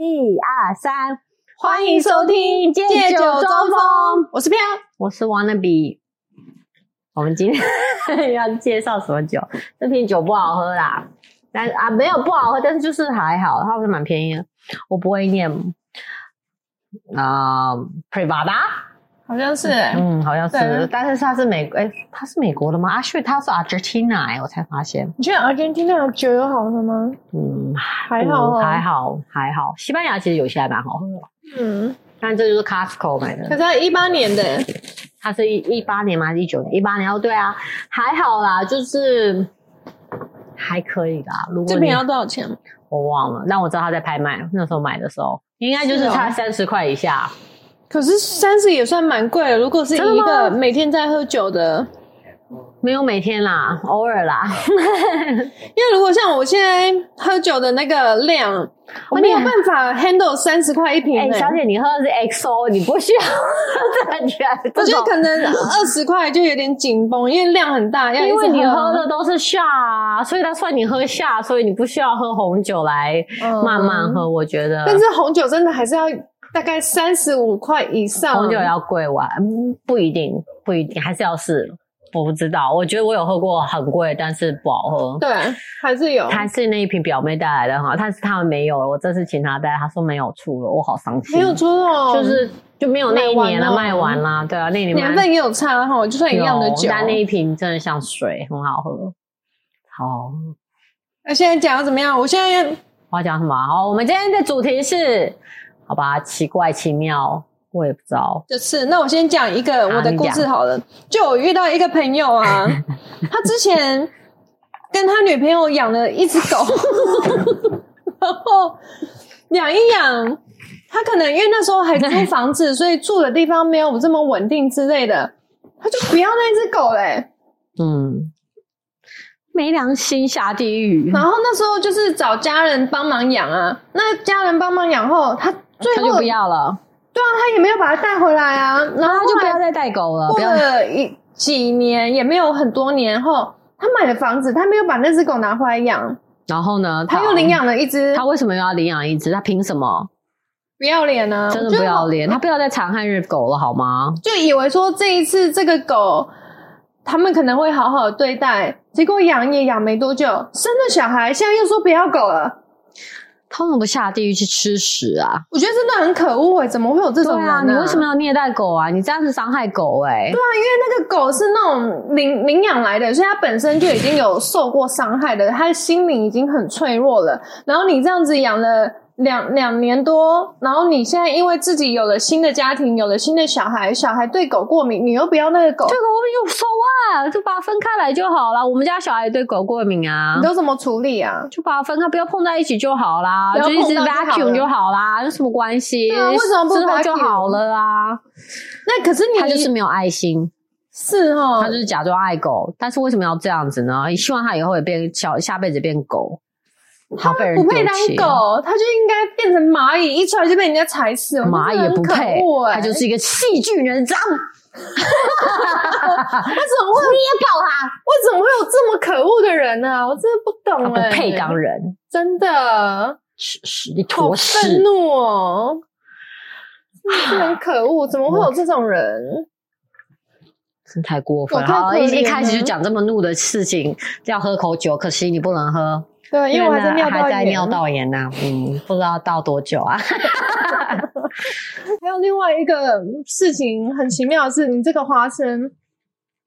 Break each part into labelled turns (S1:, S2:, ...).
S1: 一二三，
S2: 欢迎收听《
S1: 借
S2: 借酒装疯》，我是飘。
S1: 我是 Wanna Be。我们今天 要介绍什么酒？这瓶酒不好喝啦，但啊没有不好喝，但是就是还好，它好像蛮便宜的。我不会念啊、p r i v a d a
S2: 好像是、
S1: 嗯，好像是
S2: 对，
S1: 但是它是美，哎、它是美国的吗？啊，是，它是 Argentina，哎、我才发现，
S2: 你觉得阿根廷那酒有好喝吗？
S1: 嗯，
S2: 还好、哦，
S1: 嗯还。好，还好。西班牙其实有些还蛮好喝的，
S2: 嗯，
S1: 但这就是 Costco 买的
S2: 可。是它一八年的，
S1: 他是一一八年吗？还是一九年？一八年哦，对啊，还好啦，就是还可以啦。如果
S2: 这
S1: 你
S2: 瓶要多少钱？
S1: 我忘了，但我知道他在拍卖，那时候买的时候应该就是
S2: 是哦
S1: 差三十块以下。
S2: 可是三十也算蛮贵了。如果是以
S1: 真的吗
S2: 一个每天在喝酒的，
S1: 没有每天啦，偶尔 啦。哎
S2: 因为如果像我现在喝酒的那个量，我没有
S1: 你
S2: 办法 handle 三十块一瓶、
S1: 哎、
S2: 欸。
S1: 小姐，你喝的是 XO，你不需要感觉这种。
S2: 我觉得可能二十块就有点紧绷，因为量很大，要一直
S1: 因为你喝
S2: 喝啊
S1: 的都是下啊，所以他算你喝下，所以你不需要喝红酒来
S2: 嗯
S1: 慢慢喝。我觉得，
S2: 但是红酒真的还是要大概三十五块以上，
S1: 红酒要贵哇，嗯不一定，不一定，还是要试。我不知道，我觉得我有喝过很贵，但是不好喝。
S2: 对，还是有。
S1: 还是那一瓶表妹带来的哈，但是他们没有了。我这次请她带，她说没有出了，我好伤心。
S2: 没有出哦，
S1: 就是就没有那一年了，卖
S2: 卖完
S1: 完啦。对啊，那一年
S2: 年
S1: 卖
S2: 份也有差哈，就算一样的
S1: 有
S2: 酒。
S1: 但那一瓶真的像水，很好喝。好，
S2: 那现在讲要怎么样？我现在
S1: 我要讲什么？好，我们今天的主题是，好吧，奇怪奇妙，我也不知道。
S2: 就是，那我先讲一个
S1: 好
S2: 我的
S1: 你
S2: 故
S1: 讲
S2: 事好了。就我遇到一个朋友啊， 他之前跟他女朋友养了一只狗， 然后养一养，他可能因为那时候还租 房子，所以住的地方没有这么稳定之类的，他就不要那只狗嘞、
S1: 嗯，没良心下地狱。
S2: 然后那时候就是找家人帮忙养啊，那家人帮忙养后，他最
S1: 他
S2: 后
S1: 就不要了，
S2: 对啊，他也没有把它带回来啊，然后
S1: 他
S2: 后
S1: 就不
S2: 来
S1: 要再带狗了，不
S2: 过
S1: 要。
S2: 了一几年，也没有很多年后，他买了房子，他没有把那只狗拿回来养，
S1: 然后呢，
S2: 他又领，养了一只，
S1: 他为什么又要领养一只？他凭什么？
S2: 不要脸啊！
S1: 真
S2: 我
S1: 的
S2: 就
S1: 不要脸，他不要再残害日狗了好吗？
S2: 就以为说这一次这个狗，他们可能会好好对待，结果养也养没多久，生了小孩，现在又说不要狗了，
S1: 他为什么不下地狱去吃屎啊？
S2: 我觉得真的很可恶哎、怎么会有
S1: 对
S2: 这种人、
S1: 啊，你为什么？要虐待狗啊？你这样子伤害狗哎、
S2: 对啊，因为那个狗是那种领领养来的，所以它本身就已经有受过伤害的，它的心灵已经很脆弱了。然后你这样子养了两两年多，然后你现在因为自己有了新的家庭，有了新的小孩，小孩对狗过敏，你又不要那个狗
S1: 这，个我有手啊，就把它分开来就好了。我们家小孩对狗过敏啊
S2: 你，都怎么处理啊？
S1: 就把它分开，不要碰在一起就好啦，
S2: 不要
S1: 就一直
S2: 碰到就好了
S1: vacuum 就好啦，有什么关系？
S2: 对啊为什么不
S1: 之后就
S2: vacuum？
S1: 好了啊？
S2: 那可是你
S1: 他就是没有爱心。
S2: 是哦
S1: 他，就是假装爱狗，但是为什么要这样子呢？希望他以后也变小，下辈子变狗，好被人
S2: 不配
S1: 丢
S2: 当
S1: 弃
S2: 狗，它就应该变成蚂蚁，一出来就被人家踩死，我觉得
S1: 蚂蚁也
S2: 很
S1: 不
S2: 可
S1: 配
S2: 恶，欸
S1: 他就是一个戏剧人渣，
S2: 他怎么会捏爆他？为什么会有这么可恶的人呢、我真的不
S1: 他
S2: 懂、
S1: 不
S2: 欸，
S1: 配当人，
S2: 真的
S1: 是是一
S2: 好
S1: 坨
S2: 愤
S1: 屎。
S2: 怒哦！真的很可恶，怎么会有这种
S1: 啊
S2: 人？
S1: 真太过分了！
S2: 我太
S1: 好
S2: 可
S1: 一
S2: 怜
S1: 一开始
S2: 了
S1: 就讲这么怒的事情，要喝口酒，可惜你不能喝，
S2: 对，因为我还
S1: 呢
S2: 在尿道
S1: 啊还在
S2: 炎。
S1: 尿道炎呐、嗯，不知道倒多久啊。
S2: 还有另外一个事情很奇妙的是，你这个花生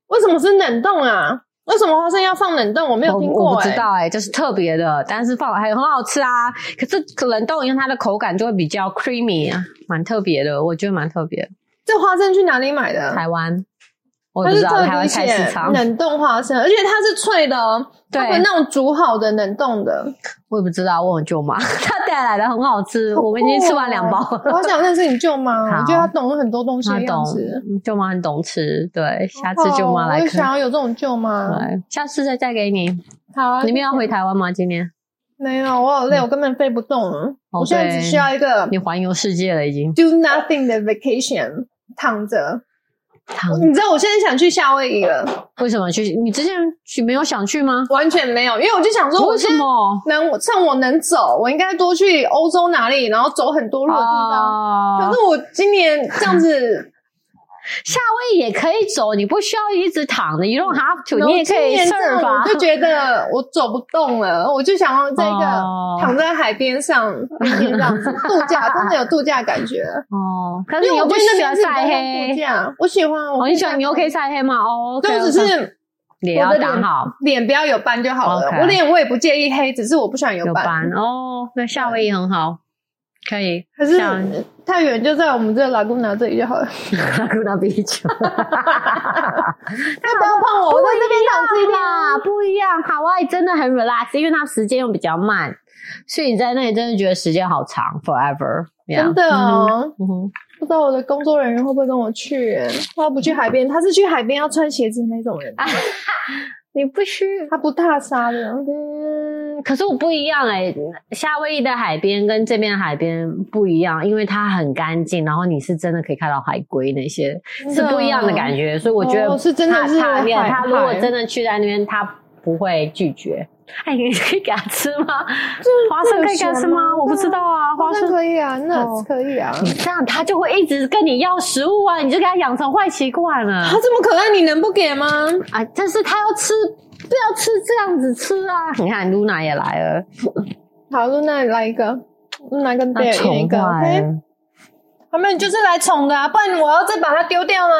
S2: 为什么是冷冻啊？为什么花生要放冷冻？我没有听
S1: 我
S2: 过、
S1: 我不
S2: 欸，
S1: 知道哎、就是特别的，但是放还很好吃啊。可是可冷冻因为它的口感就会比较 creamy 啊，蛮特别的，我觉得蛮特别的。
S2: 这花生去哪里买的？
S1: 台湾，我
S2: 它
S1: 也不
S2: 是
S1: 知道台
S2: 特
S1: 湾
S2: 地
S1: 菜市
S2: 写
S1: 场，
S2: 冷冻花生，而且它是脆的哦，
S1: 对
S2: 它不是那种煮好的冷冻 的。
S1: 我也不知道，问我 舅妈，她带来的很好吃，我们已经吃完两包了。
S2: 我好想认识你舅妈，
S1: 好
S2: 我觉得她懂很多东西
S1: 她
S2: 的
S1: 懂
S2: 样子。，哦
S1: 舅妈很懂吃，对，下次舅妈来
S2: 我也
S1: 看。
S2: 想要有这种舅妈。
S1: 对，下次再带给你。
S2: 好啊，
S1: 你们要回台湾吗？今年
S2: 没有，我好
S1: 嗯
S2: 累，我根本飞不动了。
S1: 哦
S2: 我现在只需要一个
S1: 你环游世界了已经。
S2: do nothing 的 vacation，躺着。
S1: 糖
S2: 你知道我现在想去夏威夷了，
S1: 为什么去？你之前去没有想去吗？
S2: 完全没有，因为我就想说，我
S1: 为
S2: 现
S1: 什
S2: 在
S1: 么？
S2: 能我趁我能走，我应该多去欧洲哪里，然后走很多路的地方。可
S1: 啊，
S2: 是我今年这 样子，
S1: 夏威夷也可以走，你不需要一直躺着，you don't have to，
S2: 然后
S1: 你也可
S2: 今
S1: 以啊
S2: 年
S1: 事
S2: 这样
S1: 儿吧
S2: 我。就觉得我走不动了，我就想要在一个
S1: 哦
S2: 躺在海边上，每天这样子度 假，真的有度假感觉。
S1: 哦，可是
S2: 因
S1: 你
S2: 为
S1: 又
S2: 我
S1: 不
S2: 觉得那
S1: 喜
S2: 边
S1: 欢
S2: 是
S1: 晒
S2: 度
S1: 黑，
S2: 假，我喜欢。我
S1: 哦，
S2: 可以
S1: 你喜欢
S2: 晒
S1: 你 OK
S2: 黑
S1: 晒黑吗？哦，
S2: 对，我只是
S1: 脸
S2: 我
S1: 要
S2: 的
S1: 长
S2: 脸
S1: 好，
S2: 脸不要有斑就好了。
S1: OK
S2: 我脸我也不介意黑，只是我不喜欢有
S1: 有
S2: 斑。
S1: 斑哦。那夏威夷很好，可 以。
S2: 可是
S1: 像
S2: 太远，就在我们这个 Laguna 这里就好了。
S1: 拉古纳比丘，
S2: 他不要碰我，我在这边躺
S1: 不
S2: 这
S1: 一
S2: 边。
S1: 样，不一样。海外真的很 relax，因为它时间又比较慢，所以你在那里真的觉得时间好长，forever。
S2: 真的哦，
S1: 啊嗯哼，
S2: 不知道我的工作人员会不会跟我去？他不去海边，他是去海边要穿鞋子的那种人，
S1: 啊你不需。
S2: 他不踏沙的。
S1: 嗯，可是我不一样哎、夏威夷的海边跟这边的海边不一样，因为它很干净，然后你是真的可以看到海龟那些，是不一样的感
S2: 觉。
S1: 觉，所以我觉得
S2: 哦是真的
S1: 他
S2: 是
S1: 他没有
S2: 海
S1: 他如果
S2: 海
S1: 真的去在那边，他不会拒绝。哎，你 可以给他吃吗？花生可以给他吃吗？我不知道啊，花
S2: 花生
S1: 生。
S2: 可以啊，nuts
S1: 哦
S2: 可以啊。
S1: 你这样他就会一直跟你要食物啊，你就给他养成坏习惯了
S2: 他这么可爱，你能不给吗？
S1: 啊！但是他要吃，不要吃这样子吃啊！你看露娜也来了，
S2: 好，那你来一个，来跟贝
S1: 那
S2: 尔一
S1: 宠
S2: 个
S1: 坏
S2: ，OK
S1: 了。。
S2: 他们就是来宠的啊，不然我要再把它丢掉吗？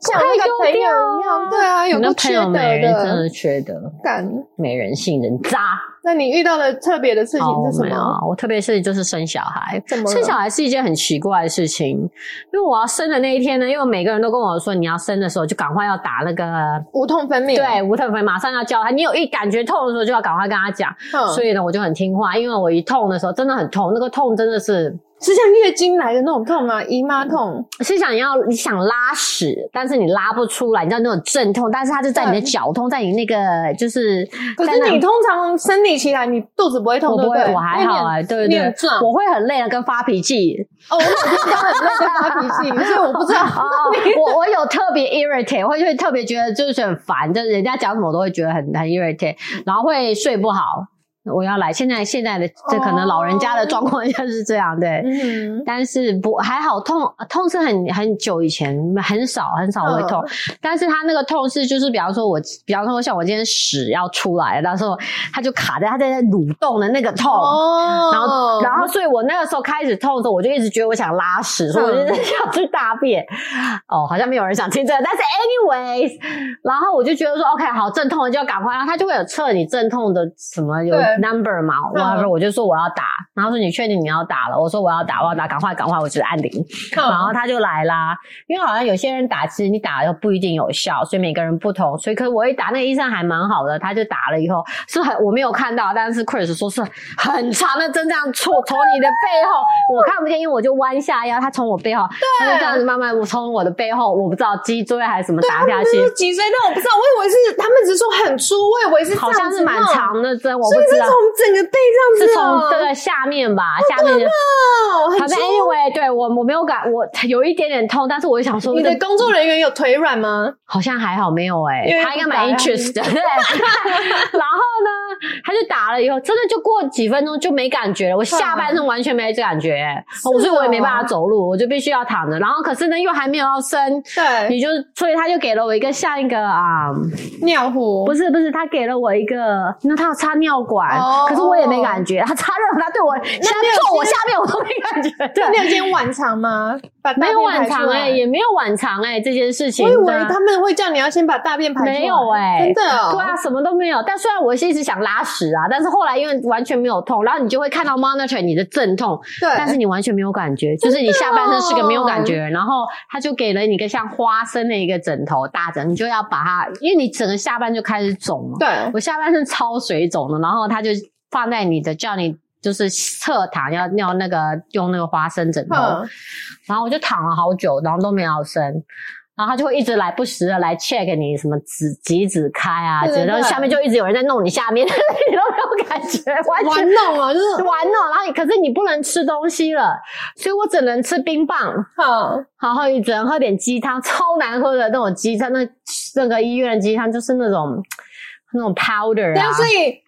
S2: 像我那个朋友一样，对啊，有
S1: 你
S2: 个
S1: 那
S2: 缺
S1: 朋友
S2: 德
S1: 没人真
S2: 的
S1: 的缺德，
S2: 感。
S1: 没人性，人渣。
S2: 那你遇到的特别的事情
S1: 哦，
S2: 是什
S1: 没有
S2: 么？
S1: 啊，我特别是就是生小孩，
S2: 怎么了
S1: 生小孩是一件很奇怪的事情，因为我要生的那一天呢，因为每个人都跟我说你要生的时候就赶快要打那个。
S2: 无痛分娩，
S1: 对，无痛分娩马上要叫他，你有一感觉痛的时候就要赶快跟他讲。
S2: 嗯，
S1: 所以呢，我就很听话，因为我一痛的时候真的很痛，那个痛真的是
S2: 是像月经来的那种
S1: 啊
S2: 痛吗？姨妈痛，
S1: 是想要你想拉屎，但是你拉不出来，你知道那种阵痛，但是它就在你的
S2: 对
S1: 脚痛，在你那个就是
S2: 可
S1: 在那
S2: 是你通常生理期来，你肚子不会痛，
S1: 我
S2: 对
S1: 不会
S2: 对？，
S1: 我还好哎、对
S2: 你
S1: 对
S2: 很
S1: 对
S2: 壮，
S1: 我会很累啊，跟发脾 气，
S2: 哦，我每天都很累，跟发脾 气，所以我不知道。
S1: 哦，我我有特别 irritate，会会特别觉得就是很烦，就是人家讲什么我都会觉得很很 irritate，然后会睡不好。我要来，现在现在的这可能老人家的状况就是这样，对。
S2: 嗯，
S1: 但是不还好痛，痛是很很久以前很少很少会痛，
S2: 嗯
S1: 但是他那个痛是就是比方说我比方说像我今天屎要出来，那时候他就卡在他在那蠕动的那个痛，
S2: 哦，
S1: 然后，然后，所以我那个时候开始痛的时候，我就一直觉得我想拉屎，所以我
S2: 嗯
S1: 就是想去大便。哦，好像没有人想听这个，但是 anyways，然后我就觉得说，OK，好，阵痛就要赶快，然后他就会有测你阵痛的什么有
S2: 对嗯
S1: number 嘛，whatever，我就说我要打，然后说你确定你要打了，我说我要打，我要打，赶快赶快，我就是按铃，
S2: 嗯
S1: 然后他就来啦。因为好像有些人打，其实你打了又不一定有效，所以每个人不同。所以可是我一打，那个医生还蛮好的，他就打了以后是很我没有看到，但是 Chris 说是很长的针这样戳从你的背后，我看不见，因为我就弯下腰，他从我背后，他就这样子慢慢从我的背后，我不知道脊椎还是什么打下
S2: 这
S1: 去
S2: 啊是，脊椎，但我不知道，我以为是他们只是说很粗，我以为是
S1: 好
S2: 这
S1: 像
S2: 样子
S1: 是蛮
S2: 弄
S1: 长的针，我
S2: 所
S1: 不
S2: 以
S1: 知
S2: 是
S1: 道
S2: 从。整个背这样
S1: 是
S2: 子
S1: 从
S2: 哦，
S1: 这个下面吧，下面的。哎
S2: 哦，很
S1: 反正
S2: 粗
S1: anyway，对我我没有感，我有一点点痛，但是我就想说，
S2: 你
S1: 这
S2: 的工作人员有腿软吗？
S1: 好像还好没有哎、
S2: 因为
S1: 他应该
S2: 不
S1: 蛮
S2: 打
S1: interest 的。 对然后呢，他就打了以后，真的就过几分钟就没感觉了，我下半身完全没感觉、欸
S2: 哦
S1: 我所以我也没办法走路，我就必须要躺着。然后可是呢，又还没有要生，
S2: 对，
S1: 你就所以他就给了我一个像一个啊、
S2: 尿壶
S1: 不是不是，他给了我一个，那他有插尿管，
S2: 哦
S1: 可是我也没感觉，他插任何，他对我现在
S2: 没有
S1: 揍我
S2: 先
S1: 下面我都没感 觉，对。
S2: 你有间晚肠吗？把大
S1: 没有
S2: 便
S1: 晚
S2: 排出
S1: 肠
S2: 来
S1: 哎、也没有晚肠哎、这件事情啊
S2: 我
S1: 呢。
S2: 以为他们会叫你要先把大便排出来，
S1: 没有哎
S2: 真的哦，
S1: 对啊，什么都没有。但虽然我是一直想拉屎啊，但是后来因为完全没有痛，然后你就会看到 monitor 你的阵痛，
S2: 对，
S1: 啊
S2: 哦
S1: 但是你完全没有感 觉，就是你下半身是个没有感觉。然后他就给了你一个像花生的一个枕头大枕，你就要把它，因为你整个下半就开始肿了。
S2: 对，
S1: 我下半身超水肿的，然后他就放在你的叫你。就是侧躺要要那个用那个花生枕头，
S2: 嗯，
S1: 然后我就躺了好久，然后都没有生。然后他就会一直来不时的来 check 你什么指几指开啊，
S2: 对对对
S1: 然后下面就一直有人在弄你下面， 但是你都没有感觉，完全
S2: 玩弄啊，就是
S1: 完了。然后你可是你不能吃东西了，所以我只能吃冰棒，
S2: 好
S1: 然后你只能喝点鸡汤，超难喝的那种鸡汤，那那个医院的鸡汤就是那种那种 powder
S2: 对
S1: 啊
S2: 啊，。所以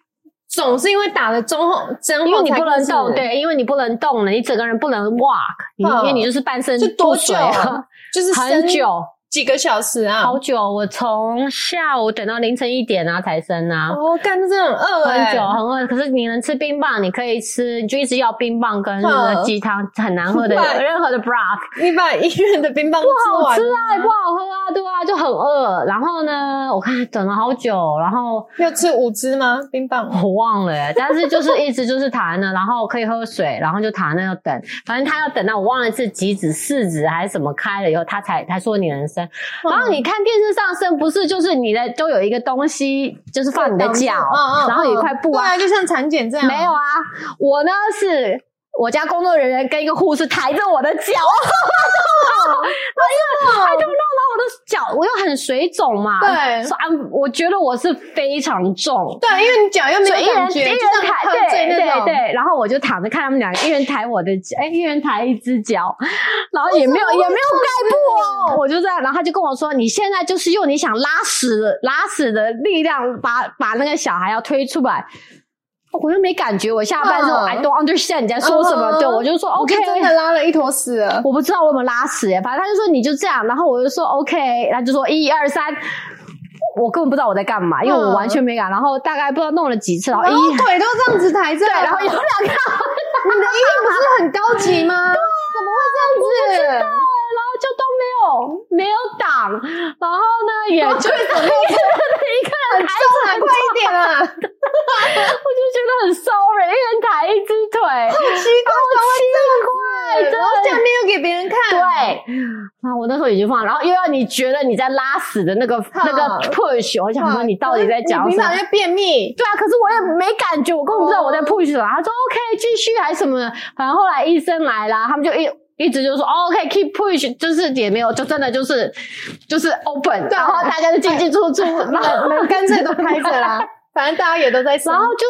S2: 总是因为打了中后针后，
S1: 因为你不能动，，对，因为你不能动了，你整个人不能 walk，你、
S2: 嗯
S1: 因为你就是半身
S2: 就多
S1: 脱水
S2: 久啊
S1: 了
S2: 就是
S1: 很
S2: 生
S1: 久，
S2: 几个小时啊。
S1: 好久，我从下午等到凌晨一点啊才生啊，
S2: 哦，干这真的很饿哎、
S1: 很久很饿。可是你能吃冰棒，你可以吃，你就一直要冰棒跟那个
S2: 嗯
S1: 鸡汤，很难 喝的
S2: 对
S1: 任何的 broth，
S2: 你把医院的冰棒不
S1: 不 好
S2: 完，
S1: 吃啊，也不好喝啊，对啊，就很饿。然后呢，我看等了好久，然后
S2: 要吃五支吗？冰棒？
S1: 我忘了、欸，但是就是一直就是躺那，然后可以喝水，然后就躺那要等，反正他要等到我忘了是几指、四指还是什么开了以后，他才他说你能生。
S2: 嗯
S1: 然后你看电视上生不是就是你的都有一个东西，就是放你的脚，
S2: 嗯嗯，
S1: 然后有一块布
S2: 对
S1: 啊，
S2: 啊，就像产检这样，
S1: 没有啊，我呢是我家工作人员跟一个护士抬着我的脚， 他就弄到我的脚，我又很水肿嘛，
S2: 对
S1: 所以啊，我觉得我是非常重。
S2: 对，啊因为你脚又没
S1: 所以一
S2: 有
S1: 人
S2: 感
S1: 一
S2: 觉，就
S1: 人
S2: 像
S1: 抬，
S2: 喝
S1: 对
S2: 醉那
S1: 对
S2: 种，
S1: 对，然后我就躺着看他们两个，一人抬我的脚，哎，一人抬一只脚，然后也没有也没有盖布哦，我就这样，然后他就跟我说，你现在就是用你想拉屎的拉屎的力量把把那个小孩要推出来，我又没感觉，我下半身、
S2: 嗯
S1: I don't understand 你在说什么，
S2: 嗯
S1: 对我就说
S2: 我
S1: OK，
S2: 就真的拉了一坨屎了。
S1: 我不知道我有没有拉屎、欸，反正他就说你就这样，然后我就说 OK，他就说一二三，我根本不知道我在干嘛，因为我
S2: 嗯
S1: 完全没感，然后大概不知道弄了几次，然后
S2: 然后
S1: 一
S2: 腿都这样子抬着，
S1: 对，然后有两个，
S2: 你的医院不是很高级 吗？怎么会这样子？
S1: 然后就都没有没有挡，然后呢 也就一个人 一个人抬
S2: 重啊，快一点啊！
S1: 我就觉得很 sorry，一人抬一只腿，好
S2: 奇怪，
S1: 奇怪，
S2: 然后
S1: 对
S2: 下面又给别人看，
S1: 对，啊，我那时候已经放了，然后又要你觉得你在拉屎的那个那个 push，我想
S2: 哇，
S1: 说你到底在讲
S2: 你
S1: 什
S2: 平
S1: 么
S2: 常？在 便秘，
S1: 对啊，可是我也没感觉，我根本不知道我在 push 什么。他说 OK 继续还是什么的，反正后来医生来啦，他们就一一直就说、哦、OK keep push，就是也没有，就真的就是就是 open，
S2: 对啊
S1: 然后大家就进进出 出，然后
S2: 门干脆都开 着啦，反正大家也都在吃
S1: 然。后就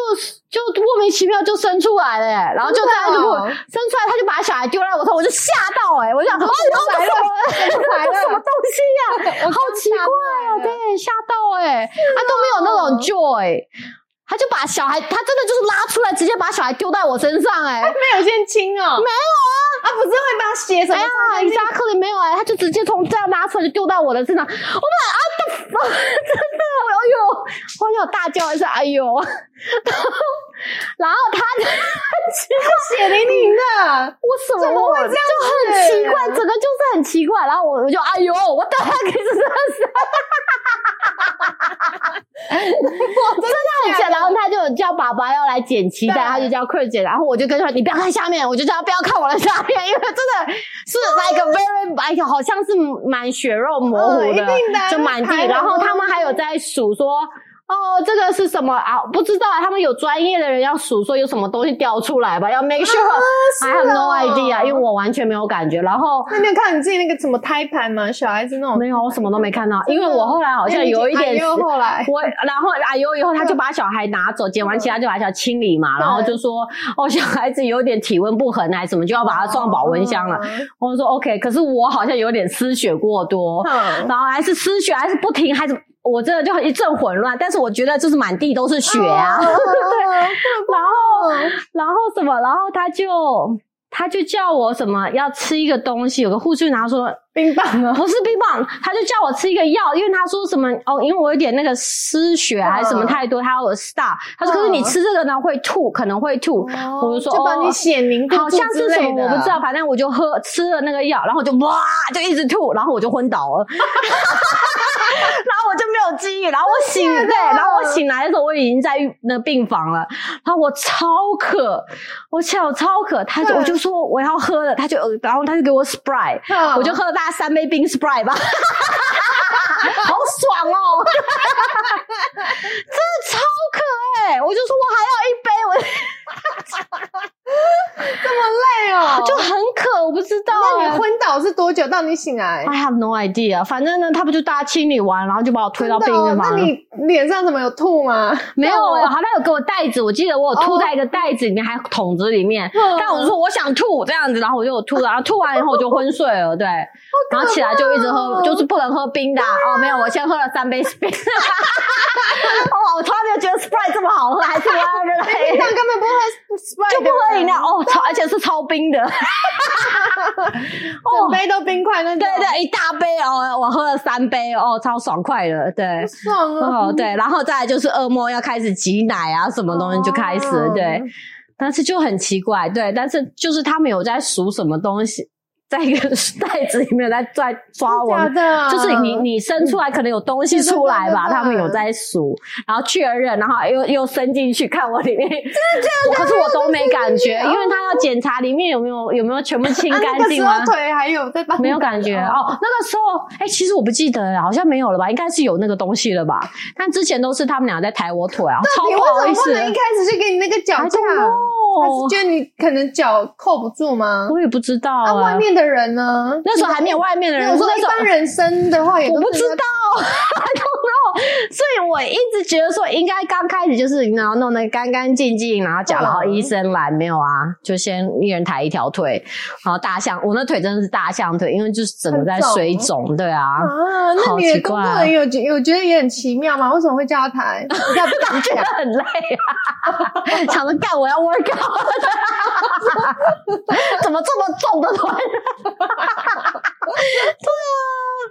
S1: 就莫名其妙就生出来了、欸，然后就
S2: 真的
S1: 大家就给我
S2: 哦
S1: 生出来，他就把小孩丢在我头，我就吓到哎、欸，我就想哦，
S2: 来了
S1: 这什么
S2: 来了
S1: 这什么东 西呀、
S2: 我
S1: 好奇怪哦，
S2: 看到了
S1: 对，吓到哎、欸，他都没有那种 joy。他就把小孩，他真的就是拉出来，直接把小孩丢在我身上、欸，哎，
S2: 没有先亲哦，没有啊，啊不是会把血什么
S1: 哎呀
S2: 擦干净？
S1: ，exactly 没有哎、他就直接从这样拉出来就丢到我的身上，我把啊， 真的，我哎呦，我想大叫一下，哎呦， 然后然后他就
S2: 血淋淋的，
S1: 我什么
S2: 怎么会
S1: 我
S2: 这样
S1: 就很奇
S2: 子
S1: 怪，整个就是很奇怪，然后我我就哎呦，我的 heck 是这样子，
S2: 哇，真
S1: 看起来，然后他就叫爸爸要来捡脐带，
S2: 对
S1: 他就叫 Chris 捡，然后我就跟他说你不要看下面，我就叫他不要看我的下面，因为真的是 like a very 哎呀，好像是满血肉模糊
S2: 嗯一
S1: 的，
S2: 定的
S1: 就满
S2: 那排
S1: 地。
S2: 很
S1: 然后
S2: 多
S1: 他们还有在数说。哦，这个是什么啊？不知道，他们有专业的人要数说有什么东西掉出来吧，要 make sure、I have no
S2: 是哦
S1: idea，因为我完全没有感觉。然后
S2: 那你有看你自己那个什么胎盘吗？小孩子那种，
S1: 没有，我什么都没看到，
S2: 真
S1: 因
S2: 的
S1: 为我后来好像有一点
S2: 哎呦后来嗯
S1: 我然后阿尤以后他就把小孩拿走，捡完其他就把小孩清理嘛，
S2: 对
S1: 然后就说哦小孩子有点体温不衡还是什么，就要把他送到保温箱啊了。
S2: 嗯
S1: 我就说 OK，可是我好像有点失血过多，
S2: 嗯
S1: 然后还是失血还是不停还是。我真的就一阵混乱，但是我觉得就是满地都是血
S2: 哦
S1: 啊， 然后然后什么，然后他就他就叫我什么要吃一个东西，有个护士拿说
S2: 冰棒哦，
S1: 不是冰啊棒，他就叫我吃一个药，因为他说什么哦，因为我有点那个失血还是什么
S2: 嗯
S1: 太多，他要我 stop。他说
S2: 嗯
S1: 可是你吃这个呢会吐，可能会吐。我就说
S2: 就把
S1: 哦
S2: 你血凝固
S1: 好像是
S2: 住之
S1: 什
S2: 类
S1: 么
S2: 的啊
S1: 我不知道，，反正我就喝吃了那个药，然后我就哇就一直吐，然后我就昏倒了， 然后我就没有记忆，然后我醒对，然后我醒来的时候我已经在那个病房了，然后我超渴，我下午超渴，他就
S2: 对
S1: 我就说我要喝了，他就然后他就给我 Sprite，
S2: 嗯
S1: 我就喝了大概三杯冰 Sprite 吧， 好爽哦，真的超渴哎、我就说我还要一杯，
S2: 这么累哦，
S1: 我就很渴，我不知道、
S2: 那
S1: 哎
S2: 你昏倒倒是多久到你醒来？
S1: I have no idea。反正呢，他不就大家清理完，然后就把我推到病
S2: 真的哦
S1: 院嘛。
S2: 那你脸上怎么有吐 吗？
S1: 没有
S2: 那我
S1: 哎、好像有给我袋子，我记得我有
S2: 哦
S1: 吐在一个袋子里面，还有桶子里面。
S2: 嗯
S1: 但我就说我想吐这样子，然后我就有吐了，然后吐完以后我就昏睡了， 对。
S2: 哦
S1: 然后起来就一直喝，就是不能喝冰的啊、哦。没有，我先喝了三杯 Sprite。哦，我从来没有觉得 Sprite 这么好喝，还是来 来
S2: 平常根本不喝 Sprite，
S1: 哎就不喝饮料
S2: 的
S1: 哦，超而且是超冰的。
S2: 整杯都冰块那种，
S1: 哦对对，一大杯哦，我喝了三杯哦，超爽快的，对。
S2: 爽啊！
S1: 哦，对，然后再来就是噩梦要开始挤奶啊，什么东西就开始了，
S2: 哦
S1: 对。但是就很奇怪，对，但是就是他们有在数什么东西，在一个 袋子里面在在抓我
S2: 真
S1: 们。
S2: 的假的，嗯
S1: 就是你你伸出来可能有东西出来吧，
S2: 对对对对对
S1: 他们有在数，然后确认，然后哎又又伸进去看我里面，真的可是我都没感觉，
S2: 真的
S1: 因为他要检查里面有没有有没有全部清
S2: 啊
S1: 干
S2: 那个
S1: 净
S2: 时
S1: 吗
S2: 候？腿还有在 帮
S1: 没有感觉哦。那个时候，哎、其实我不记得了，好像没有了吧？应该是有那个东西了吧？但之前都是他们俩在抬我腿啊，超
S2: 你为
S1: 好
S2: 什
S1: 意
S2: 么
S1: 思
S2: 不。能一开始就给你那个脚
S1: I
S2: 架？
S1: don't
S2: 还
S1: know
S2: 是觉得你可能脚扣不住吗？
S1: 我也不知道
S2: 那
S1: 啊。
S2: 外面的人呢？
S1: 那时候还没有外面的人，
S2: 我说
S1: 那
S2: 一
S1: 时候
S2: 般人生的话也
S1: 我
S2: 都
S1: 不
S2: 是
S1: 知道， 然后，所以我一直觉得说，应该刚开始就是你要弄得干干净净，然后脚，
S2: 嗯
S1: 然后医生来没有啊？就先一人抬一条腿，然后大象，我那腿真的是大象腿，因为就是整个在
S2: 很肿
S1: 水肿，对啊，
S2: 啊。那
S1: 好
S2: 你的
S1: 奇怪
S2: 工作人员有觉有觉得也很奇妙吗？为什么会叫 他抬？你看不敢
S1: 觉
S2: 讲
S1: 得，很累啊， 想着干我要 work out，怎么这么重的团？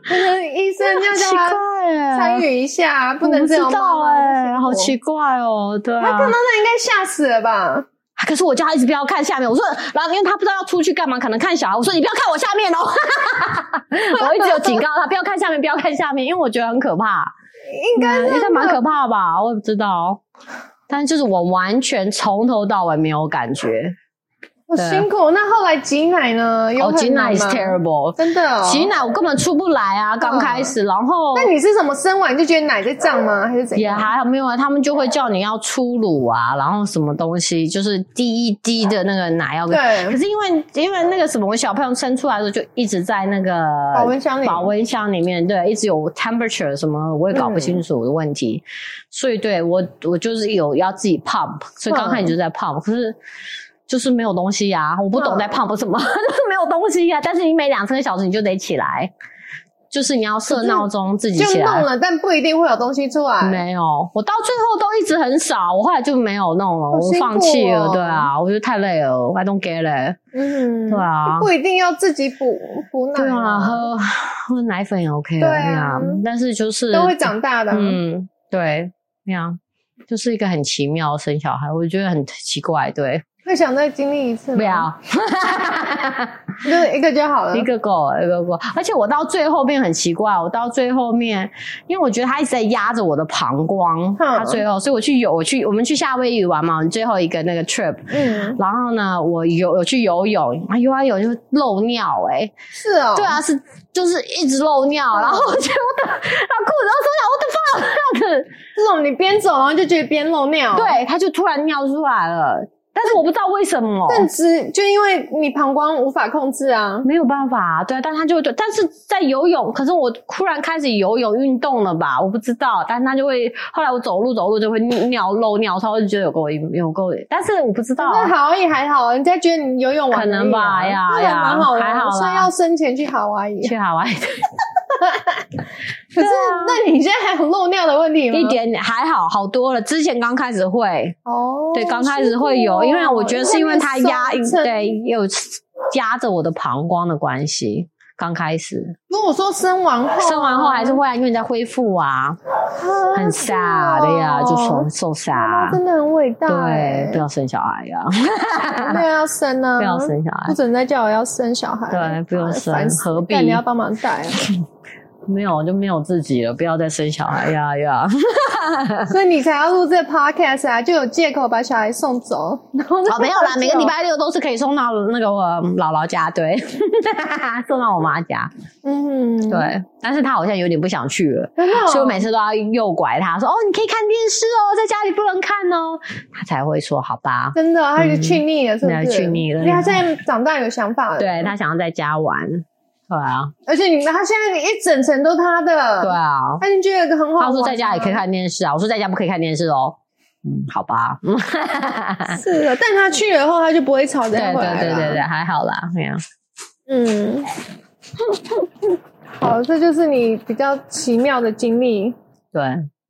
S2: 可能医生要叫
S1: 奇
S2: 他
S1: 怪耶，
S2: 参与一下，不
S1: 我
S2: 能
S1: 不
S2: 这
S1: 知
S2: 样
S1: 道哎、好奇怪哦，对
S2: 他
S1: 啊
S2: 看到。那应该吓死了吧？
S1: 可是我叫他一直不要看下面，我说，然后因为他不知道要出去干嘛，可能看小孩，我说你不要看我下 面哦，我一直有警告他不要看下面，不要看下面，因为我觉得很可怕，
S2: 应该
S1: 应该蛮可怕的吧，我也不知道。但是就是我完全从头到尾没有感觉，
S2: 好
S1: 对啊
S2: 辛苦。那后来挤奶呢？有
S1: 哦，挤
S2: 很
S1: 奶
S2: 难
S1: is
S2: 吗？
S1: terrible，
S2: 真的哦嗯
S1: 挤。奶我根本出不来啊，刚开始，然后
S2: 那你是什么生完就觉得奶在胀吗？还是怎
S1: 也
S2: 样？
S1: 还好没有啊，他们就会叫你要初乳啊，然后什么东西就是滴一滴的那个奶要给。
S2: 对
S1: 可是因为因为那个什么，我小朋友生出来的时候就一直在那个
S2: 保温箱里
S1: 保温箱里面，对，一直有 temperature 什么，我也搞不
S2: 嗯
S1: 清楚的问题，所以对我我就是有要自己 pump，所以刚开始就在 pump，、可是就是没有东西呀、我不懂在
S2: 嗯
S1: pump 什么， 就是没有东西啊呀、但是你每两三个小时你就得起来，就是你要设
S2: 可是
S1: 闹钟自己
S2: 就
S1: 起来
S2: 弄。了，但不一定会有东西出来。
S1: 没有，我到最后都一直很少，我后来就没有弄了，
S2: 好
S1: 我
S2: 辛
S1: 放
S2: 苦
S1: 弃
S2: 哦
S1: 了，对啊，我觉得太累了，I don't get it，
S2: 嗯，
S1: 对啊
S2: 就不一定要自己补补奶
S1: 对啊，
S2: 嘛，
S1: 喝喝奶粉也 OK
S2: 对
S1: 了，
S2: 啊
S1: 呀但是就是
S2: 都会长大的啊。
S1: 嗯，对，那样就是一个很奇妙的生小孩，我觉得很奇怪，对，
S2: 会想再经历一次吗？
S1: 不要，
S2: 就是一个就好了。
S1: 一个狗，一个狗，而且我到最后面很奇怪，我到最后面，因为我觉得他一直在压着我的膀胱，他最后，所以我去游，我去我们去夏威夷玩嘛，我们最后一个那个 trip，
S2: 嗯，
S1: 然后呢，我游有去游泳，啊游啊游就漏尿哎、欸
S2: 是哦，
S1: 对，啊，是就是一直漏尿，然后我觉得我的，啊然后裤子都脱下，我的 fuck 这样子，
S2: 这种你边走然后就觉得边漏尿，，
S1: 对，他就突然尿出来了，但是我不知道为什么，
S2: 但只就因为你膀胱无法控制啊，
S1: 没有办法、对啊，但他就会对，但是在游泳，可是我突然开始游泳运动了吧，我不知道，但他就会，后来我走路走路就会尿漏尿，他会觉得有够有够，但是我不知道，啊
S2: 那好也还好，人家觉得你游泳完
S1: 可能
S2: 而已啊
S1: 吧呀
S2: 那还蛮好的啊，
S1: 呀还好啦
S2: 所以要生前去好 玩也。
S1: 去海外。
S2: 可
S1: 对
S2: 是
S1: 啊
S2: 那你现在还有漏尿的问题吗？
S1: 一点点还好，好多了。之前刚开始会，
S2: 哦，
S1: 对，刚开始会有，
S2: 是哦
S1: 因为我觉得是因为它压，
S2: 那你生
S1: 对，有压着我的膀胱的关系。刚开始
S2: 如果说生完后啊，
S1: 生完后还是会啊，因为你在恢复啊，
S2: 啊
S1: 很
S2: 是
S1: sad 的呀，
S2: 哦
S1: 就受受
S2: 妈妈
S1: sad。
S2: 真的很伟大欸，
S1: 对，不要生小孩呀，
S2: 我没有要生啊，
S1: 不要生小
S2: 不
S1: 孩，
S2: 准再叫我要生小孩，
S1: 对不用生
S2: 烦死
S1: 何必
S2: 但你要帮忙带啊、
S1: 没有就没有自己了，不要再生小孩呀呀。
S2: 所以你才要录这 podcast 啊，就有借口把小孩送走。 然后
S1: 哦，没有啦， 每个礼，拜六都是可以送到那个我嗯姥姥家，对， 送到我妈家，
S2: 嗯，
S1: 对。但是她好像有点不想去了。
S2: 真的哦，
S1: 所以我每次都要诱拐他说：“哦，你可以看电视哦，在家里不能看哦。”他才会说：“好吧。
S2: 真的哦，他就去腻了，是不
S1: 嗯对
S2: 是？
S1: 去腻了
S2: 因为他现在长大有想法了，
S1: 对他想要在家玩，对啊，
S2: 而且你们他现在一整层都他的，
S1: 对，啊。
S2: 他已经觉得有个很好玩啊。
S1: 他说在家也可以看电视啊，我说在家不可以看电视哦。嗯，好吧。嗯
S2: 是的，但他去了后他就不会吵
S1: 对
S2: 着
S1: 对
S2: 回来了
S1: 对对对，啊还好啦，没有。
S2: 嗯， 好，这就是你比较奇妙的经历，
S1: 对，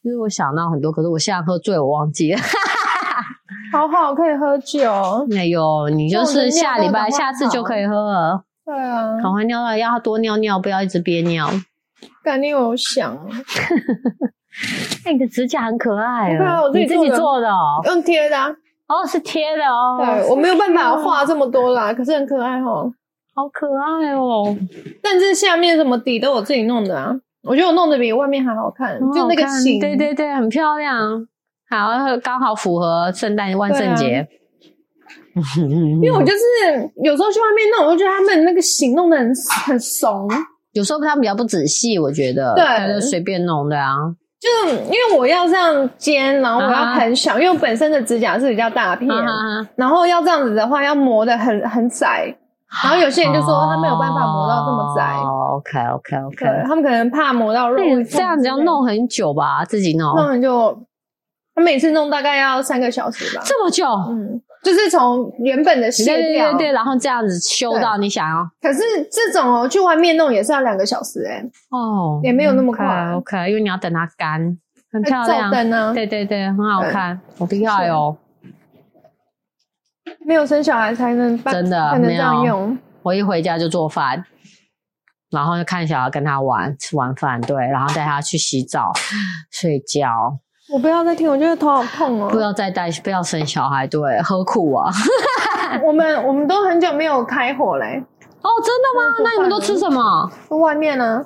S1: 就是我想到很多，可是我现在喝醉，我忘记了。
S2: 好好可以喝酒，
S1: 哎呦，你就
S2: 那我的
S1: 是
S2: 尿
S1: 下礼
S2: 道
S1: 拜、
S2: 赶快
S1: 下次就
S2: 好
S1: 可以喝了。
S2: 对啊，
S1: 赶快尿尿，要多尿尿，不要一直憋尿。
S2: 感觉有想
S1: 哎，你的指甲很可爱
S2: 对啊
S1: 哦，
S2: 我自己
S1: 你自己
S2: 做的
S1: 做的哦，
S2: 用贴的、啊，
S1: 哦是贴的哦，
S2: 对我没有办法画这么多啦，可是很可爱哦。
S1: 好可爱哦，
S2: 但是下面什么底都我自己弄的啊，我觉得我弄的比外面还好看，
S1: 很
S2: 就
S1: 好
S2: 那个
S1: 看
S2: 形，
S1: 对对对，很漂亮，好刚好符合圣诞万圣节。 因
S2: 啊因为我就是有时候去外面弄，我就觉得他们那个形弄得很很怂，
S1: 有时候他们比较不仔细，我觉得
S2: 对
S1: 他就随便弄的啊。
S2: 就是因为我要这样尖，然后我要
S1: 啊哈
S2: 很小，因为我本身的指甲是比较大片，
S1: 啊哈
S2: 然后要这样子的话，要磨得很很窄，然后有些人就说他没有办法磨到这么窄，
S1: OK OK OK，
S2: 对他们可能怕磨到肉
S1: 啊哦那，你这样子要弄很久吧？自己弄
S2: 弄就他每次弄大概要三个小时吧，
S1: 这么久，
S2: 嗯，就是从原本的
S1: 对
S2: 卸
S1: 对
S2: 掉，
S1: 对对，然后这样子修到你想要。
S2: 可是这种哦，去外面弄也是要两个小时哎、
S1: 哦，
S2: 也没有那么快
S1: o k 因为你要等它干，很漂
S2: 照
S1: 亮。
S2: 灯呢、啊，
S1: 对对对，很好看，好厉害哦！
S2: 没有生小孩才能办，
S1: 真的
S2: 才能这样
S1: 没有
S2: 用，
S1: 我一回家就做饭，然后就看小孩跟他玩，吃完饭对，然后带他去洗澡、睡觉，
S2: 我不要再听，我觉得头好痛 哦。
S1: 不要再带，不要生小孩，对，何苦啊？
S2: 我们我们都很久没有开火嘞、
S1: 哦，真的吗？那你们都吃什么？
S2: 外面呢、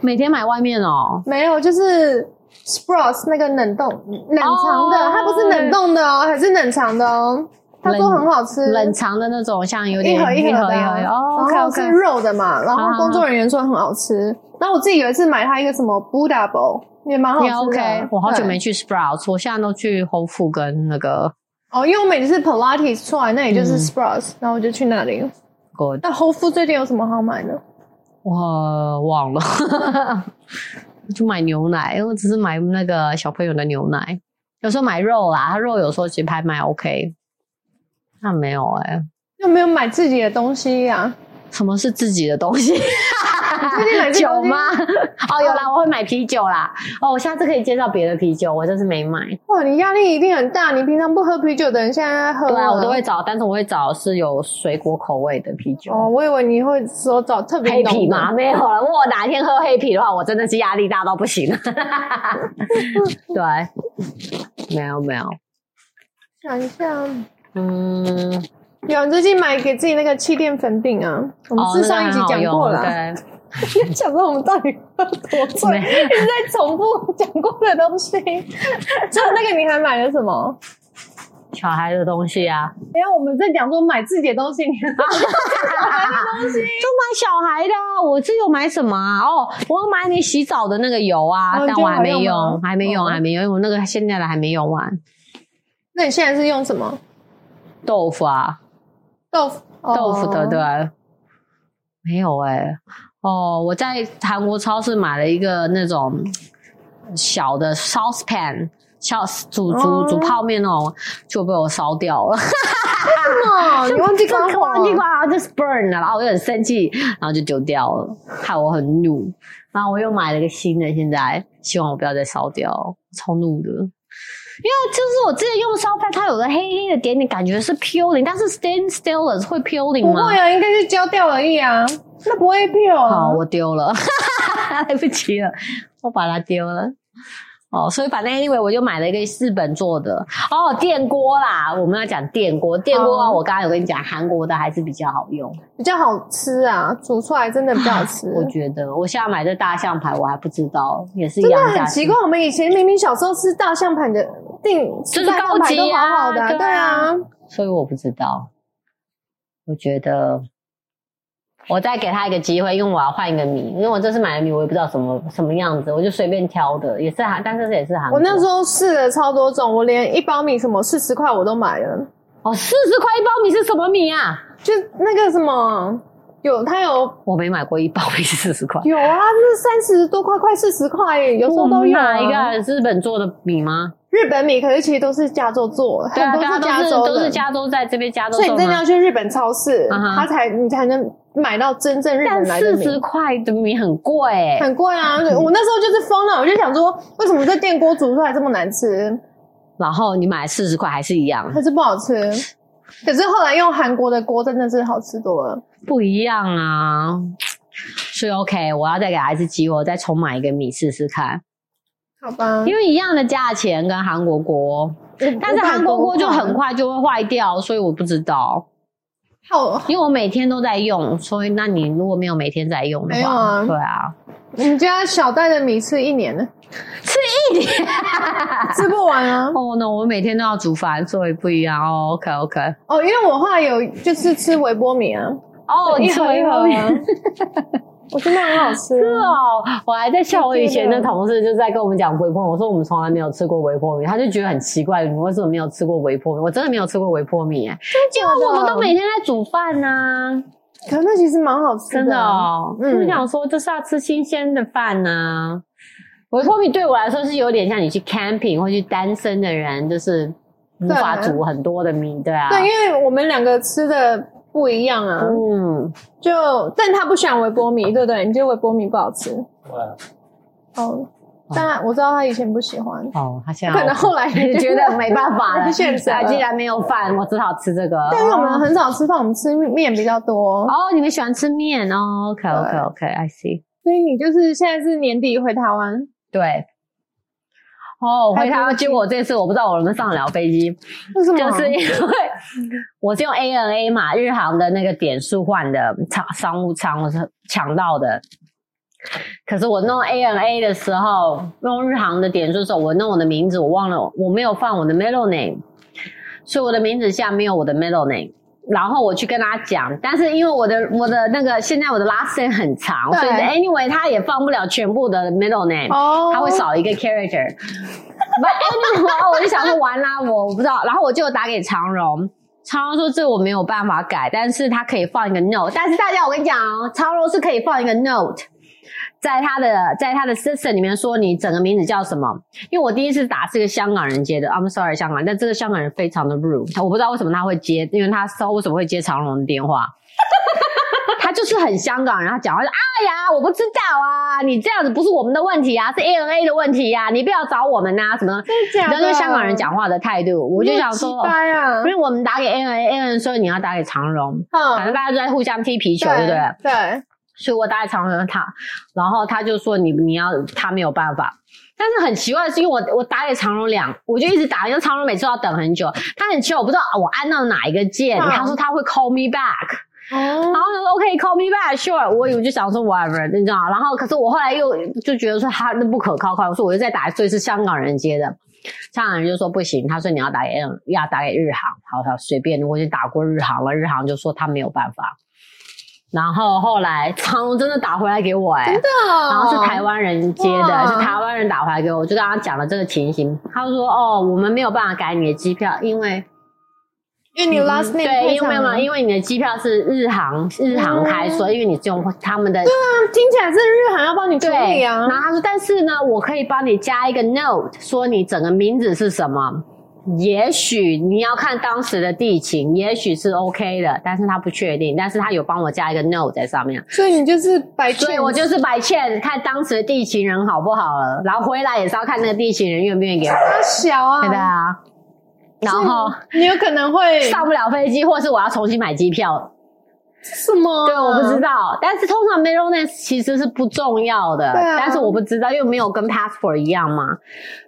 S1: 每天买外面哦。
S2: 没有，就是 Sprouts 那个冷冻冷藏的，
S1: 哦
S2: 它不是冷冻的哦，还是冷藏的哦。他说
S1: 冷
S2: 很好吃，
S1: 冷藏的那种，像有点
S2: 一盒一盒的啊、
S1: 一盒哦，OK
S2: 然后是
S1: OK，
S2: 肉的嘛，然
S1: 啊
S2: 后工作人员说很好吃。然后我自己有一次买它一个什么 Buddha Bowl，也蛮好吃
S1: 也
S2: 的。
S1: OK。我好久
S2: 对
S1: 没去 Sprouts，我现在都去 Whole f o o 跟那个
S2: 哦，因为我每次 Pilates 出来那里就是
S1: 嗯
S2: Sprouts，、然后我就去那里。
S1: Good。
S2: 那 Whole Foods 最近有什么好买的？
S1: 我忘了， 就买牛奶，因为我只是买那个小朋友的牛奶，有时候买肉啦，他肉有时候其实还蛮 OK。那没有哎、
S2: 又没有买自己的东西呀、
S1: 什么是自己的东西？
S2: 最近买自己
S1: 酒
S2: 的东
S1: 啊
S2: 西嗯
S1: 吗？ 哦，有啦，我会买啤酒啦。哦，我下次可以介绍别的啤酒，我这次没买。
S2: 哇，你压力一定很大。你平常不喝啤酒的人现在在喝、
S1: 对啊，我都会。找，但是我会找是有水果口味的啤酒。
S2: 哦，我以为你会说找特别
S1: 黑
S2: 浓
S1: 啤
S2: 的
S1: 吗？？没有了。如果我哪天喝黑啤的话，我真的是压力大到不行 了。对，没有没有，
S2: 想一下，
S1: 嗯，
S2: 有你最近买给自己那个气垫粉饼啊，我们
S1: 哦
S2: 是上一集讲过了
S1: 那个
S2: 啊。
S1: 很好用
S2: 想说我们到底喝多醉，
S1: 没
S2: 一直在重复讲过的东西。 就那个你还买了什么？
S1: 对，小孩的东西啊，
S2: 等一下我们在讲说买自己的东西，你
S1: 就买小孩的啊。我是有买什么啊？哦，我有买你洗澡的那个油啊，
S2: 哦你
S1: 但
S2: 觉
S1: 我
S2: 得
S1: 还没
S2: 好用吗
S1: 用，还没用，
S2: 哦
S1: 还没用，因为我那个现在的还没用完。
S2: 那你现在是用什么
S1: 豆腐啊，
S2: 豆腐？
S1: 豆腐的
S2: 哦
S1: 对，没有哎、哦，我在韩国超市买了一个那种小的 saucepan，小煮煮煮
S2: 哦
S1: 泡面那种，就被我烧掉了。
S2: 哦，你忘记关火，
S1: 忘记关，就是 burn 了，然后我就很生气，然后就丢掉了，害我很怒。然后我又买了个新的，现在希望我不要再烧掉，超怒的。因为就是我之前用的烧饭，它有个黑黑的点点，感觉是 peeling，但是 stain stillers 会 peeling
S2: 不
S1: 吗？
S2: 会啊，应该是焦掉而已啊，那不会掉啊
S1: 好，。我丢了， 来不及了，我把它丢了。哦，所以反正 anyway，我就买了一个日本做的哦，电锅啦。我们要讲电锅，电锅啊，
S2: 哦
S1: 我刚刚有跟你讲，韩国的还是比较好用。
S2: 比较好吃啊，煮出来真的比较好吃。
S1: 我觉得我现在买这大象排，我还不知道，也是一
S2: 真的
S1: 样价钱
S2: 很奇怪，，我们以前明明小时候吃大象盘的定，
S1: 就是
S2: 吃大象盘
S1: 高
S2: 都
S1: 级
S2: 好
S1: 啊
S2: 好的、
S1: 对
S2: 对
S1: 啊
S2: 啊。
S1: 所以我不知道。我觉得我再给他一个机会，因为我要换一个米，因为我这次买的米我也不知道什么什么样子，我就随便挑的，也是韩，但是也是韩国。
S2: 我那时候试了超多种，我连一包米什么四十块我都买了，
S1: 哦，四十块一包米是什么米啊？
S2: 就那个什么有他有
S1: 我没买过一包，也是四十块。
S2: 有啊，这三十多块，快四十块，有时候都有、啊。
S1: 哪一个啊日本做的米吗？
S2: 日本米，可是其实都是加州做，
S1: 对啊，
S2: 很多
S1: 对啊，
S2: 加
S1: 都是
S2: 州
S1: 都
S2: 的
S1: 是加州在这边加州
S2: 所以
S1: 种
S2: 你真的
S1: 啊
S2: 要。去日本超市，
S1: 嗯哼
S2: 它才你才能买到真正日
S1: 但
S2: 本来的
S1: 四
S2: 米，
S1: 十块的米很贵欸，
S2: 很 贵啊！我那时候就是疯了，我就想说，为什么这电锅煮出来这么难吃，
S1: 然后你买四十块还是一样，
S2: 还是不好吃？可是后来用韩国的锅真的是好吃多了，
S1: 不一样啊。所以 OK，我要再给他一次机会，我再重买一个米试试看，
S2: 好吧？
S1: 因为一样的价钱跟韩国锅，但是韩国锅就很快就会坏掉，所以我不知道，
S2: 好，
S1: 因为我每天都在用，所以那你如果没有每天在用的
S2: 没有
S1: 话，
S2: 啊
S1: 对啊，
S2: 我们家小袋的米吃一年了，
S1: 吃一 点。
S2: 吃不完啊！
S1: 哦、那我每天都要煮饭，所以不一样哦。OK OK。
S2: 哦，因为我后来有就是吃微波米啊，
S1: 哦，
S2: 一
S1: 你
S2: 盒
S1: 说
S2: 一
S1: 一
S2: 盒
S1: 盒
S2: 啊， 我真的很好 吃
S1: 是哦，我还在笑我以前的同事就在跟我们讲微波米，我说我们从来没有吃过微波米，他就觉得很奇怪，你为什么没有吃过微波米？我真的没有吃过微波米、欸，因为我们都每天在煮饭呐、
S2: 可那其实蛮好吃啊
S1: 真的哦，
S2: 嗯
S1: 就是想说就是要吃新鲜的饭啊呐、微波米对我来说是有点像你去 camping 或去单身的人，就是无法
S2: 对
S1: 煮很多的米，对啊，
S2: 对，因为我们两个吃的不一样啊，
S1: 嗯，
S2: 就但他不喜欢微波米，对不对？你觉得微波米不好吃？哦，
S1: 哦
S2: 当然我知道他以前不喜欢，
S1: 哦，他现在
S2: 可能后来
S1: 觉得没办法 了，
S2: 现实
S1: 啊，既然没有饭，我只好吃这个。
S2: 但因为我们很少吃饭，我们吃面比较多，
S1: 哦，你们喜欢吃面哦，OK OK OK，I see。
S2: 所以你就是现在是年底回台湾，
S1: 对，哦，
S2: 太
S1: 回台
S2: 多
S1: 湾，结果我这次我不知道我能不能上得了飞机，
S2: 为什么？
S1: 就是因为我是用 ANA 嘛，日航的那个点数换的商商务舱，我是抢到的。可是我弄 ANA 的时候，弄日航的点数的时候，我弄我的名字，我忘了，我没有放我的 middle name，所以我的名字下没有我的 middle name。然后我去跟他讲，但是因为我的我的那个现在我的 last name 很长，
S2: 对
S1: 所以 anyway 他也放不了全部的 middle name。
S2: 哦，
S1: 他会少一个 character。But anyway，我就想说完啦，我我不知道。然后我就打给长荣，长荣说这我没有办法改，但是他可以放一个 note。但是大家我跟你讲哦，长荣是可以放一个 note。在他的在他的 system 里面说你整个名字叫什么？因为我第一次打是个香港人接的，I'm sorry 香港，但这个香港人非常的 rude，我不知道为什么他会接，因为他知道为什么会接长荣的电话， 他就是很香港人，他讲话就哎呀，我不知道啊，你这样子不是我们的问题啊，是 A N A 的问题呀、你不要找我们呐、什么的？
S2: 真的
S1: 你
S2: 假
S1: 知道，
S2: 的？
S1: 就是香港人，讲话的态度，我就想说，
S2: 掰啊
S1: 因，为我们打给 A N A，A N 说你要打给长荣，反正
S2: 嗯，
S1: 大家都在互相踢皮球，对不对？
S2: 对，
S1: 所以我打给长荣他，然后他就说你你要他没有办法。但是很奇怪的是，因为我我打给长荣两，我就一直打，因为长荣每次都要等很久，他很奇怪，我不知道我按到哪一个键，
S2: 嗯
S1: 他说他会 call me back，
S2: 哦
S1: 然，后就说 OK call me back sure，我以为就想说 whatever，你知道吗？然后可是我后来又就觉得说他那不可靠，靠，所以我就再打，所以是香港人接的。香港人就说不行，他说你要打给 N，要打给日航，好好随便，我已经打过日航了，日航就说他没有办法。然后后来长龙真的打回来给我、欸，哎，然
S2: 然
S1: 后是台湾人接的，
S2: 哦哇
S1: 是台湾人打回来给我，我就跟他讲了这个情形，他就说哦，我们没有办法改你的机票，因为
S2: 嗯因为你 last name
S1: 对，因为嘛，
S2: 为
S1: 因为你的机票是日航日航开，
S2: 嗯
S1: 所以因为你是用他们的
S2: 听起来是日韩要帮你处理啊
S1: 然，后他说，但是呢，我可以帮你加一个 note，说你整个名字是什么。也许你要看当时的地勤，也许是 OK 的，但是他不确定，但是他有帮我加一个 note 在上面，
S2: 所以你就是白
S1: 所以
S2: 欠，
S1: 我就是摆欠看当时的地勤人好不好了，然后回来也是要看那个地勤人愿不愿意给我，
S2: 他小啊，
S1: 对的啊。然后
S2: 你有可能会
S1: 上不了飞机，或是我要重新买机票，
S2: 什么？
S1: 对，我不知道，但是通常
S2: 啊
S1: middle name 其实是不重要的，
S2: 对啊
S1: 但是我不知道，因为没有跟 passport 一样嘛，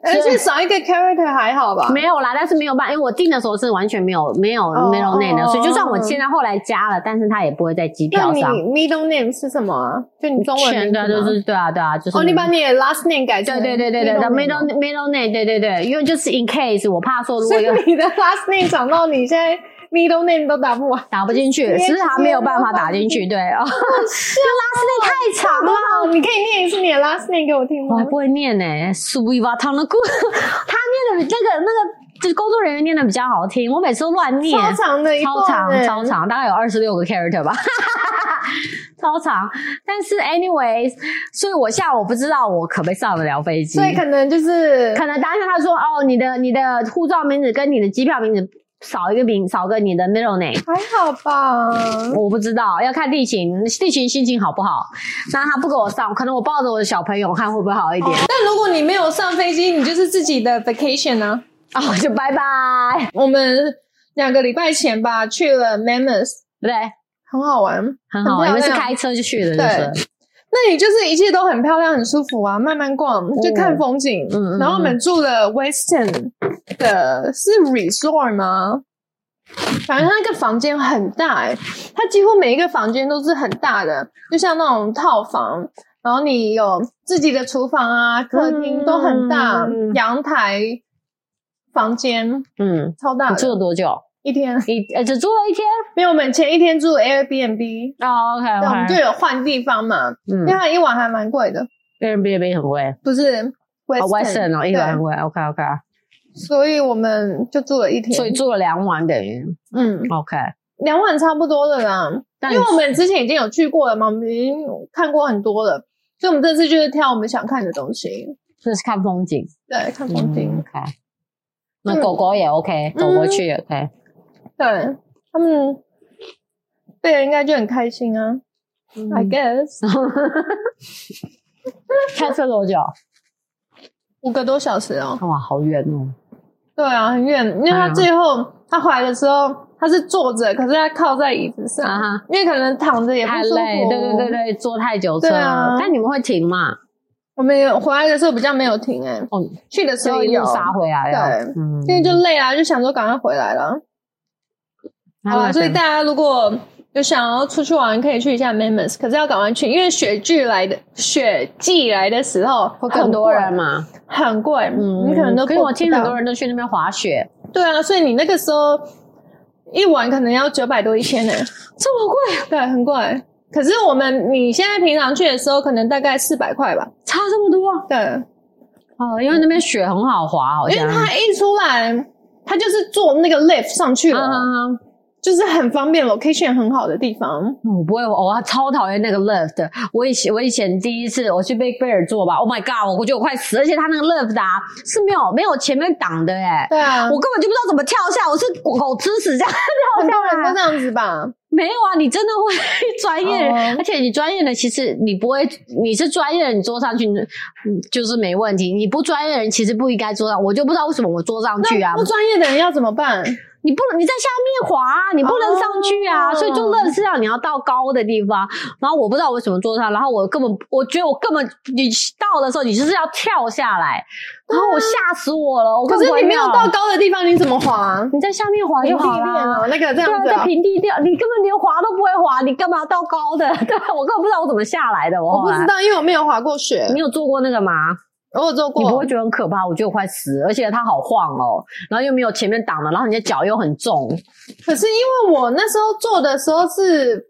S2: 而且少一个 character 还好吧？
S1: 没有啦，但是没有办法，因为我订的时候是完全没有没有
S2: 啊哦
S1: middle name 的，
S2: 哦
S1: 所以就算我现在后来加了，但是它也不会在机
S2: 那
S1: 票
S2: 你
S1: 上。
S2: middle name 是什么啊？就你中文
S1: 全
S2: 名字吗
S1: 的就是对啊对啊，就是
S2: 哦，你把你的 last name 改成
S1: 对对对对对
S2: middle
S1: ，middle
S2: name 吗
S1: middle name 对对对，因为就是 in case 我怕说如
S2: 所
S1: 果有
S2: 以你的 last name 长到你现在 middle name 都打不完，
S1: 打不进去，
S2: 直接
S1: 实还没有办法打进去，对啊， 哦太长了。
S2: 哇！ 你可以念一次你的 last name 给我听
S1: 我还
S2: 吗？
S1: 不会念呢、s u i v a t a n a g u 他念的比那个那个就是工作人员念的比较好听，我每次都乱念，
S2: 超长的一段
S1: 超长
S2: 欸
S1: 超长，大概有二十六个 character 吧， 超长。但是 anyways，所以我下午不知道我可不可以上得了飞机，
S2: 所以可能就是
S1: 可能当下他说哦，你的你的护照名字跟你的机票名字少一个名，少个你的 middle name。
S2: 还好吧。
S1: 我不知道，要看地勤，地勤心情好不好。那他不给我上，可能我抱着我的小朋友看会不会好一点。
S2: 但如果你没有上飞机，你就是自己的 vacation 啊。
S1: 哦，就拜拜，
S2: 我们两个礼拜前吧去了 Mammoth，
S1: 对，
S2: 很好玩。
S1: 很好，
S2: 很漂亮
S1: 因为是开车就去了，就是。
S2: 那里就是一切都很漂亮，很舒服啊，慢慢逛就看风景。
S1: 嗯嗯
S2: 然后我们住了 Western 的是 resort 吗？反正它那个房间很大、欸，它几乎每一个房间都是很大的，就像那种套房。然后你有自己的厨房啊，客厅都很大，
S1: 嗯
S2: 阳台、房间
S1: 嗯，
S2: 超大
S1: 你住
S2: 的。
S1: 了多久？
S2: 一天
S1: 一呃只住了一天。
S2: 没有，我们前一天住 Airbnb，
S1: 哦，OK
S2: 对，我们就
S1: OK，
S2: 有换地方嘛，因为
S1: 嗯
S2: 它一晚还蛮贵的，
S1: ，Airbnb 很贵，
S2: 不是
S1: 哦 Western 哦，一晚很
S2: 对
S1: 贵，OK OK，
S2: 所以我们就住了一天，
S1: 所以住了两晚等于
S2: 嗯，
S1: OK。
S2: 两晚差不多了啦。
S1: 但
S2: 因为我们之前已经有去过了嘛，我们已经看过很多了，所以我们这次就是挑我们想看的东西，
S1: 就是看风景，
S2: 对，看风景，嗯
S1: 嗯 OK。那狗狗也 OK，狗狗去也 OK。
S2: 对他们贝尔应该就很开心啊、i
S1: 嗯
S2: guess
S1: 开车多久？
S2: 五个多小时哦，
S1: 哇，好远哦。
S2: 对啊，很远，因为
S1: 哎
S2: 他
S1: 呀
S2: 最后他回来的时候他是坐着，可是他靠在椅子上，
S1: 啊哈
S2: 因为可能躺着也不
S1: 太
S2: 舒服，
S1: 累，对对对对，坐太久车
S2: 对啊
S1: 了。但你们会停嘛？
S2: 我们有回来的时候比较没有停哎、
S1: 哦，
S2: 去的时候
S1: 就一
S2: 有
S1: 路，杀回来了。
S2: 对
S1: 嗯
S2: 因为就累啊，就想说赶快回来了。好
S1: 啊，
S2: 啊，所以大家如果有想要出去玩，可以去一下 Mammoth，可是要赶快去，因为雪季来的雪季来的时候
S1: 会更多人
S2: 嘛，
S1: 嘛？
S2: 很贵，
S1: 嗯，
S2: 你可能都
S1: 因为我听很多
S2: 人
S1: 人都去那边滑雪，
S2: 对啊，所以你那个时候一晚可能要九百多一千呢、
S1: 这么贵，
S2: 对，很贵。可是我们你现在平常去的时候，可能大概四百块吧。
S1: 差这么多
S2: 对，
S1: 哦，因为那边雪很好滑，好
S2: 因
S1: 像
S2: 为。它一出来，它就是坐那个 lift 上去了，
S1: 啊，
S2: 就是很方便，location 很好的地方。
S1: 我不会，我超讨厌那个 lift 的。我以前我以前第一次我去贝贝尔做吧，Oh my god，我觉得我快死，而且他那个 lift 啊是没有没有前面挡的哎、
S2: 对啊，
S1: 我根本就不知道怎么跳下，我是狗吃屎这样
S2: 很
S1: 跳
S2: 多
S1: 下
S2: 人
S1: 来
S2: 都。这样子吧。
S1: 没有啊，你真的会专业人，
S2: 哦
S1: 而且你专业的其实你不会，你是专业人，你坐上去嗯就是没问题。你不专业人其实不应该坐上，我就不知道为什么我坐上去啊
S2: 那。不专业的人要怎么办？
S1: 你不能你在下面滑、啊，你不能上去啊，
S2: 哦
S1: 所以就认识到你要到高的地方。然后我不知道我为什么坐上，然后我根本我觉得我根本你到的时候你就是要跳下来，然后我吓死我了。我
S2: 可是你没有到，高的地方，你怎么滑？
S1: 啊
S2: 啊
S1: 你在下面滑
S2: 平
S1: 就
S2: 地
S1: 好
S2: 面
S1: 了。
S2: 哦，那个这
S1: 对
S2: 样
S1: 啊，
S2: 子
S1: 在
S2: 哦。
S1: 平地掉，你根本连滑都不会滑，你干嘛到高的？ 对啊，我根本不知道我怎么下来的。我
S2: 我
S1: 后
S2: 不
S1: 来哦
S2: 知道，因为我没有滑过雪，
S1: 啊你有做过那个吗？
S2: 我有做
S1: 你不会
S2: 过。
S1: 觉得很可怕？我觉得我快死了，而且它好晃哦，然后又没有前面挡了，然后你的脚又很重。
S2: 可是因为我那时候做的时候是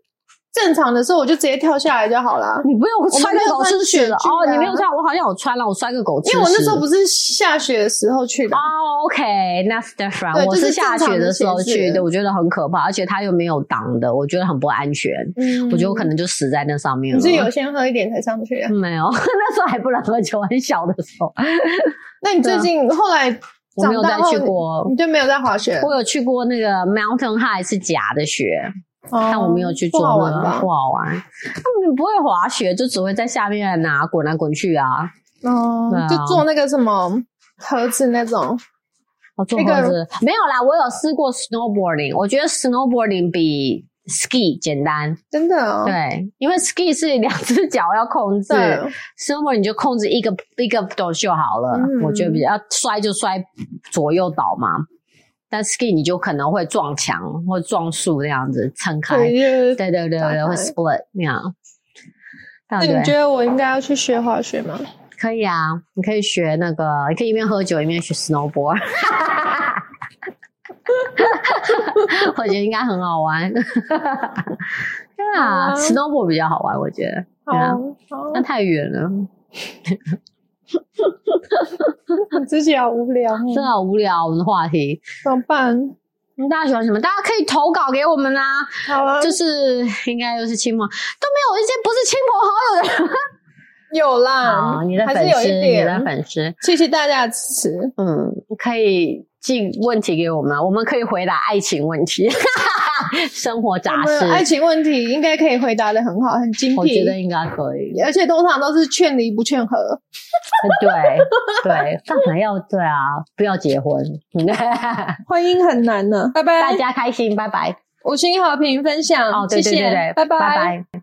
S2: 正常的时候，我就直接跳下来就好了。
S1: 你不用摔个狗吃屎了、
S2: 我
S1: 哦，
S2: 们
S1: 你
S2: 没
S1: 没
S2: 有
S1: 有
S2: 穿雪具啊
S1: 穿，我好像有穿了，我摔个狗吃屎。
S2: 因为我那时候不是下雪的时候去的
S1: 哦，，OK，that's、different。
S2: 对
S1: 我
S2: 就是
S1: 是下雪的时候去
S2: 正常的鞋子
S1: 的，我觉得很可怕，而且它又没有挡的，我觉得很不安全。
S2: 嗯
S1: 我觉得我可能就啊死在那上面
S2: 你
S1: 了。
S2: 是有先喝一点才上去 啊。
S1: 没有？ 那时候还不能喝酒，很小的时候，
S2: 那你最近后来
S1: 我没
S2: 长
S1: 有
S2: 大
S1: 再
S2: 后，嗯
S1: 去过。
S2: 你就没有在滑雪？
S1: 我有去过那个 Mountain High 是假的雪，但
S2: 但
S1: 我没有去做
S2: 哦
S1: 啊
S2: 不
S1: 那
S2: 好玩
S1: 个，
S2: 吧
S1: 不？好玩。他们不会滑雪，就只会在下面啊滚来滚去啊。
S2: 哦
S1: 对，啊
S2: 就做那个什么盒子那种，
S1: 我做
S2: 那个
S1: 盒子没有啦，我有试过 snowboarding，我觉得 snowboarding 比 ski 简单，
S2: 真的哦。
S1: 对，因为 ski 是两只脚要控制
S2: 对
S1: ，snowboarding 你就控制一个一个动就好了，
S2: 嗯
S1: 我觉得比较摔就摔左右倒嘛，但 ski 你就可能会撞墙或撞树那样子撑开，
S2: 对，
S1: 对
S2: 就是
S1: 对对对，
S2: 打开
S1: 会 split 那样。那
S2: 那你觉得我应该要去学滑雪吗？
S1: 可以啊，你可以学那个，你可以一边喝酒一边学 snowboard。我觉得应该很好玩，
S2: 啊
S1: 对啊
S2: 好啊
S1: ，snowboard 比较好玩，我觉得。
S2: 好
S1: 对啊，
S2: 好，
S1: 那太远了，
S2: 自己好无聊哦，
S1: 真的好无聊，我们的话题。
S2: 哦怎么办？
S1: 大家喜欢什么？大家可以投稿给我们啊！
S2: 好啊，
S1: 就是应该就是亲朋都没有一些不是亲朋好友的。
S2: 有啦，
S1: 好，哦你的
S2: 还
S1: 粉
S2: 是有
S1: 丝，
S2: 一
S1: 你的
S2: 点，
S1: 粉丝，
S2: 谢谢大家的支持。
S1: 嗯，可以寄问题给我们，啊我们可以回答爱情问题、 生活
S2: 我
S1: 杂
S2: 们
S1: 事。
S2: 爱情哎问题应该可以回答的很好，很精
S1: 我觉
S2: 辟，
S1: 得应该可以。
S2: 而且通常都是劝离不劝和。
S1: 对对，干嘛要对啊？不要结婚，
S2: 婚姻很难呢、拜拜，
S1: 大家开心，拜拜。
S2: 五星好评分享，
S1: 哦，对对
S2: 谢
S1: 对
S2: 谢
S1: 对，
S2: 拜
S1: 拜拜。